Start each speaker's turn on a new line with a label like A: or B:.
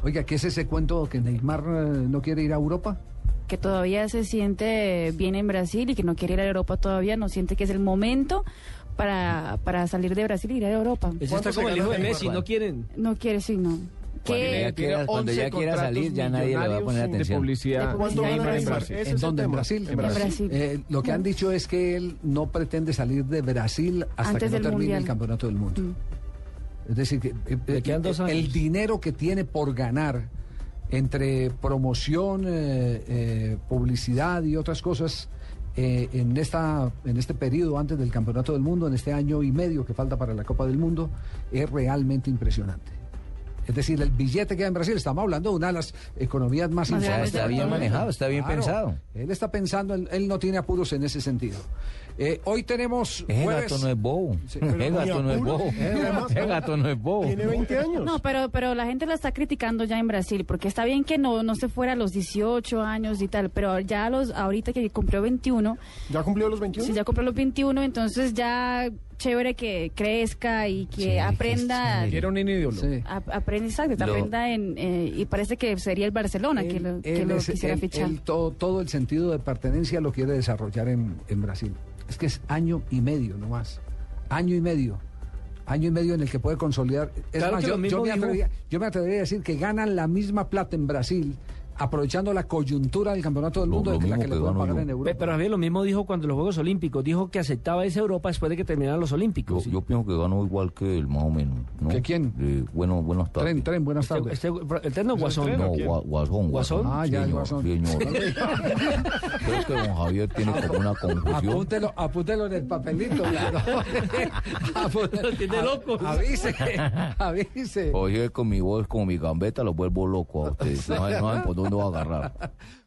A: Oiga, ¿qué es ese cuento que Neymar eh, no quiere ir a Europa?
B: que todavía se siente bien en Brasil y que no quiere ir a Europa todavía, no siente que es el momento para, para salir de Brasil y ir a Europa.
C: Ese Pues está como el hijo de Messi, no quieren.
B: No quiere, sí, no.
D: ella
B: Que
D: quiera- cuando ella quiera salir, ya nadie le va a poner atención.
C: De publicidad.
B: De publicidad. ¿Cuándo van a
C: Neymar?
B: Brasil?
A: ¿En dónde? ¿En Brasil?
B: En Brasil.
A: Eh, lo que han dicho es que él no pretende salir de Brasil hasta
B: Antes
A: que no
B: del
A: termine
B: Mundial.
A: el campeonato del mundo. Es decir, que eh, eh,
C: quedan dos años.
A: el dinero que tiene por ganar entre promoción, eh, eh, publicidad y otras cosas eh, en, esta, en este periodo antes del campeonato del mundo, en este año y medio que falta para la Copa del Mundo, es realmente impresionante. Es decir, el billete que hay en Brasil, estamos hablando de una de las economías más
B: Más
D: O sea,
A: importantes
D: está
A: de
D: bien
A: todo el mundo.
D: manejado, está bien pensado.
A: Él está pensando, él, él no tiene apuros en ese sentido. Eh, hoy tenemos
D: Ese
A: jueves-
D: gato no es bobo.
A: Pues, Sí, pero eh,
D: Ese gato no es bobo. Ese gato no es bobo.
E: Tiene 20 años.
B: No, pero, pero la gente la está criticando ya en Brasil, porque está bien que no, no se fuera a los 18 años y tal, pero ya a los, ahorita que cumplió 21,
E: ¿Ya cumplió los 21?
B: si ya cumplió los 21, entonces ya chévere que crezca y que
D: Sí, que
B: aprenda.
D: chévere.
C: Quieren un ídolo.
A: Sí.
B: ap- Aprende, exacto, que
D: Lo-
B: aprenda en, eh, y parece que sería el Barcelona que lo, que
A: Él
B: lo
A: es-
B: quisiera
A: él-
B: fichar.
A: él todo, todo el sentido de pertenencia lo quiere desarrollar en, en Brasil. Es que es año y medio nomás. Año y medio. Año y medio en el que puede consolidar. Es
C: Claro
A: más,
C: que
A: yo, yo
C: lo mismo
A: me
C: dijo-
A: atrevería, yo me atrevería a decir que ganan la misma plata en Brasil aprovechando la coyuntura del campeonato del
D: Lo-
A: mundo
D: lo
A: de la
D: mismo
A: que le
D: que
A: pueden
D: gano
A: pagar
D: yo.
A: en Europa.
C: Pe- Pero Javier lo mismo dijo cuando los Juegos Olímpicos, dijo que aceptaba esa Europa después de que terminaran los
D: Yo,
C: Olímpicos.
D: yo pienso que ganó igual que él, más o menos. ¿no?
A: ¿Que quién?
D: Eh, bueno, buenas tardes.
A: tren, tren, buenas
C: Este-
A: tardes.
C: este- el terno Guasón.
D: No,
C: ¿quién?
D: Gua- Guasón.
C: ¿Guasón?
A: Ah, ya, el
D: señor,
A: Guasón.
D: señor. Creo que don Javier tiene como una confusión.
A: Apúntelo, apúntelo en el papelito.
C: Lo tiene
A: Apúntelo.
C: loco.
A: Avise, avise.
D: Oye, con mi voz, con mi gambeta, lo vuelvo loco a ustedes. No, saben- no saben por dónde va a agarrar.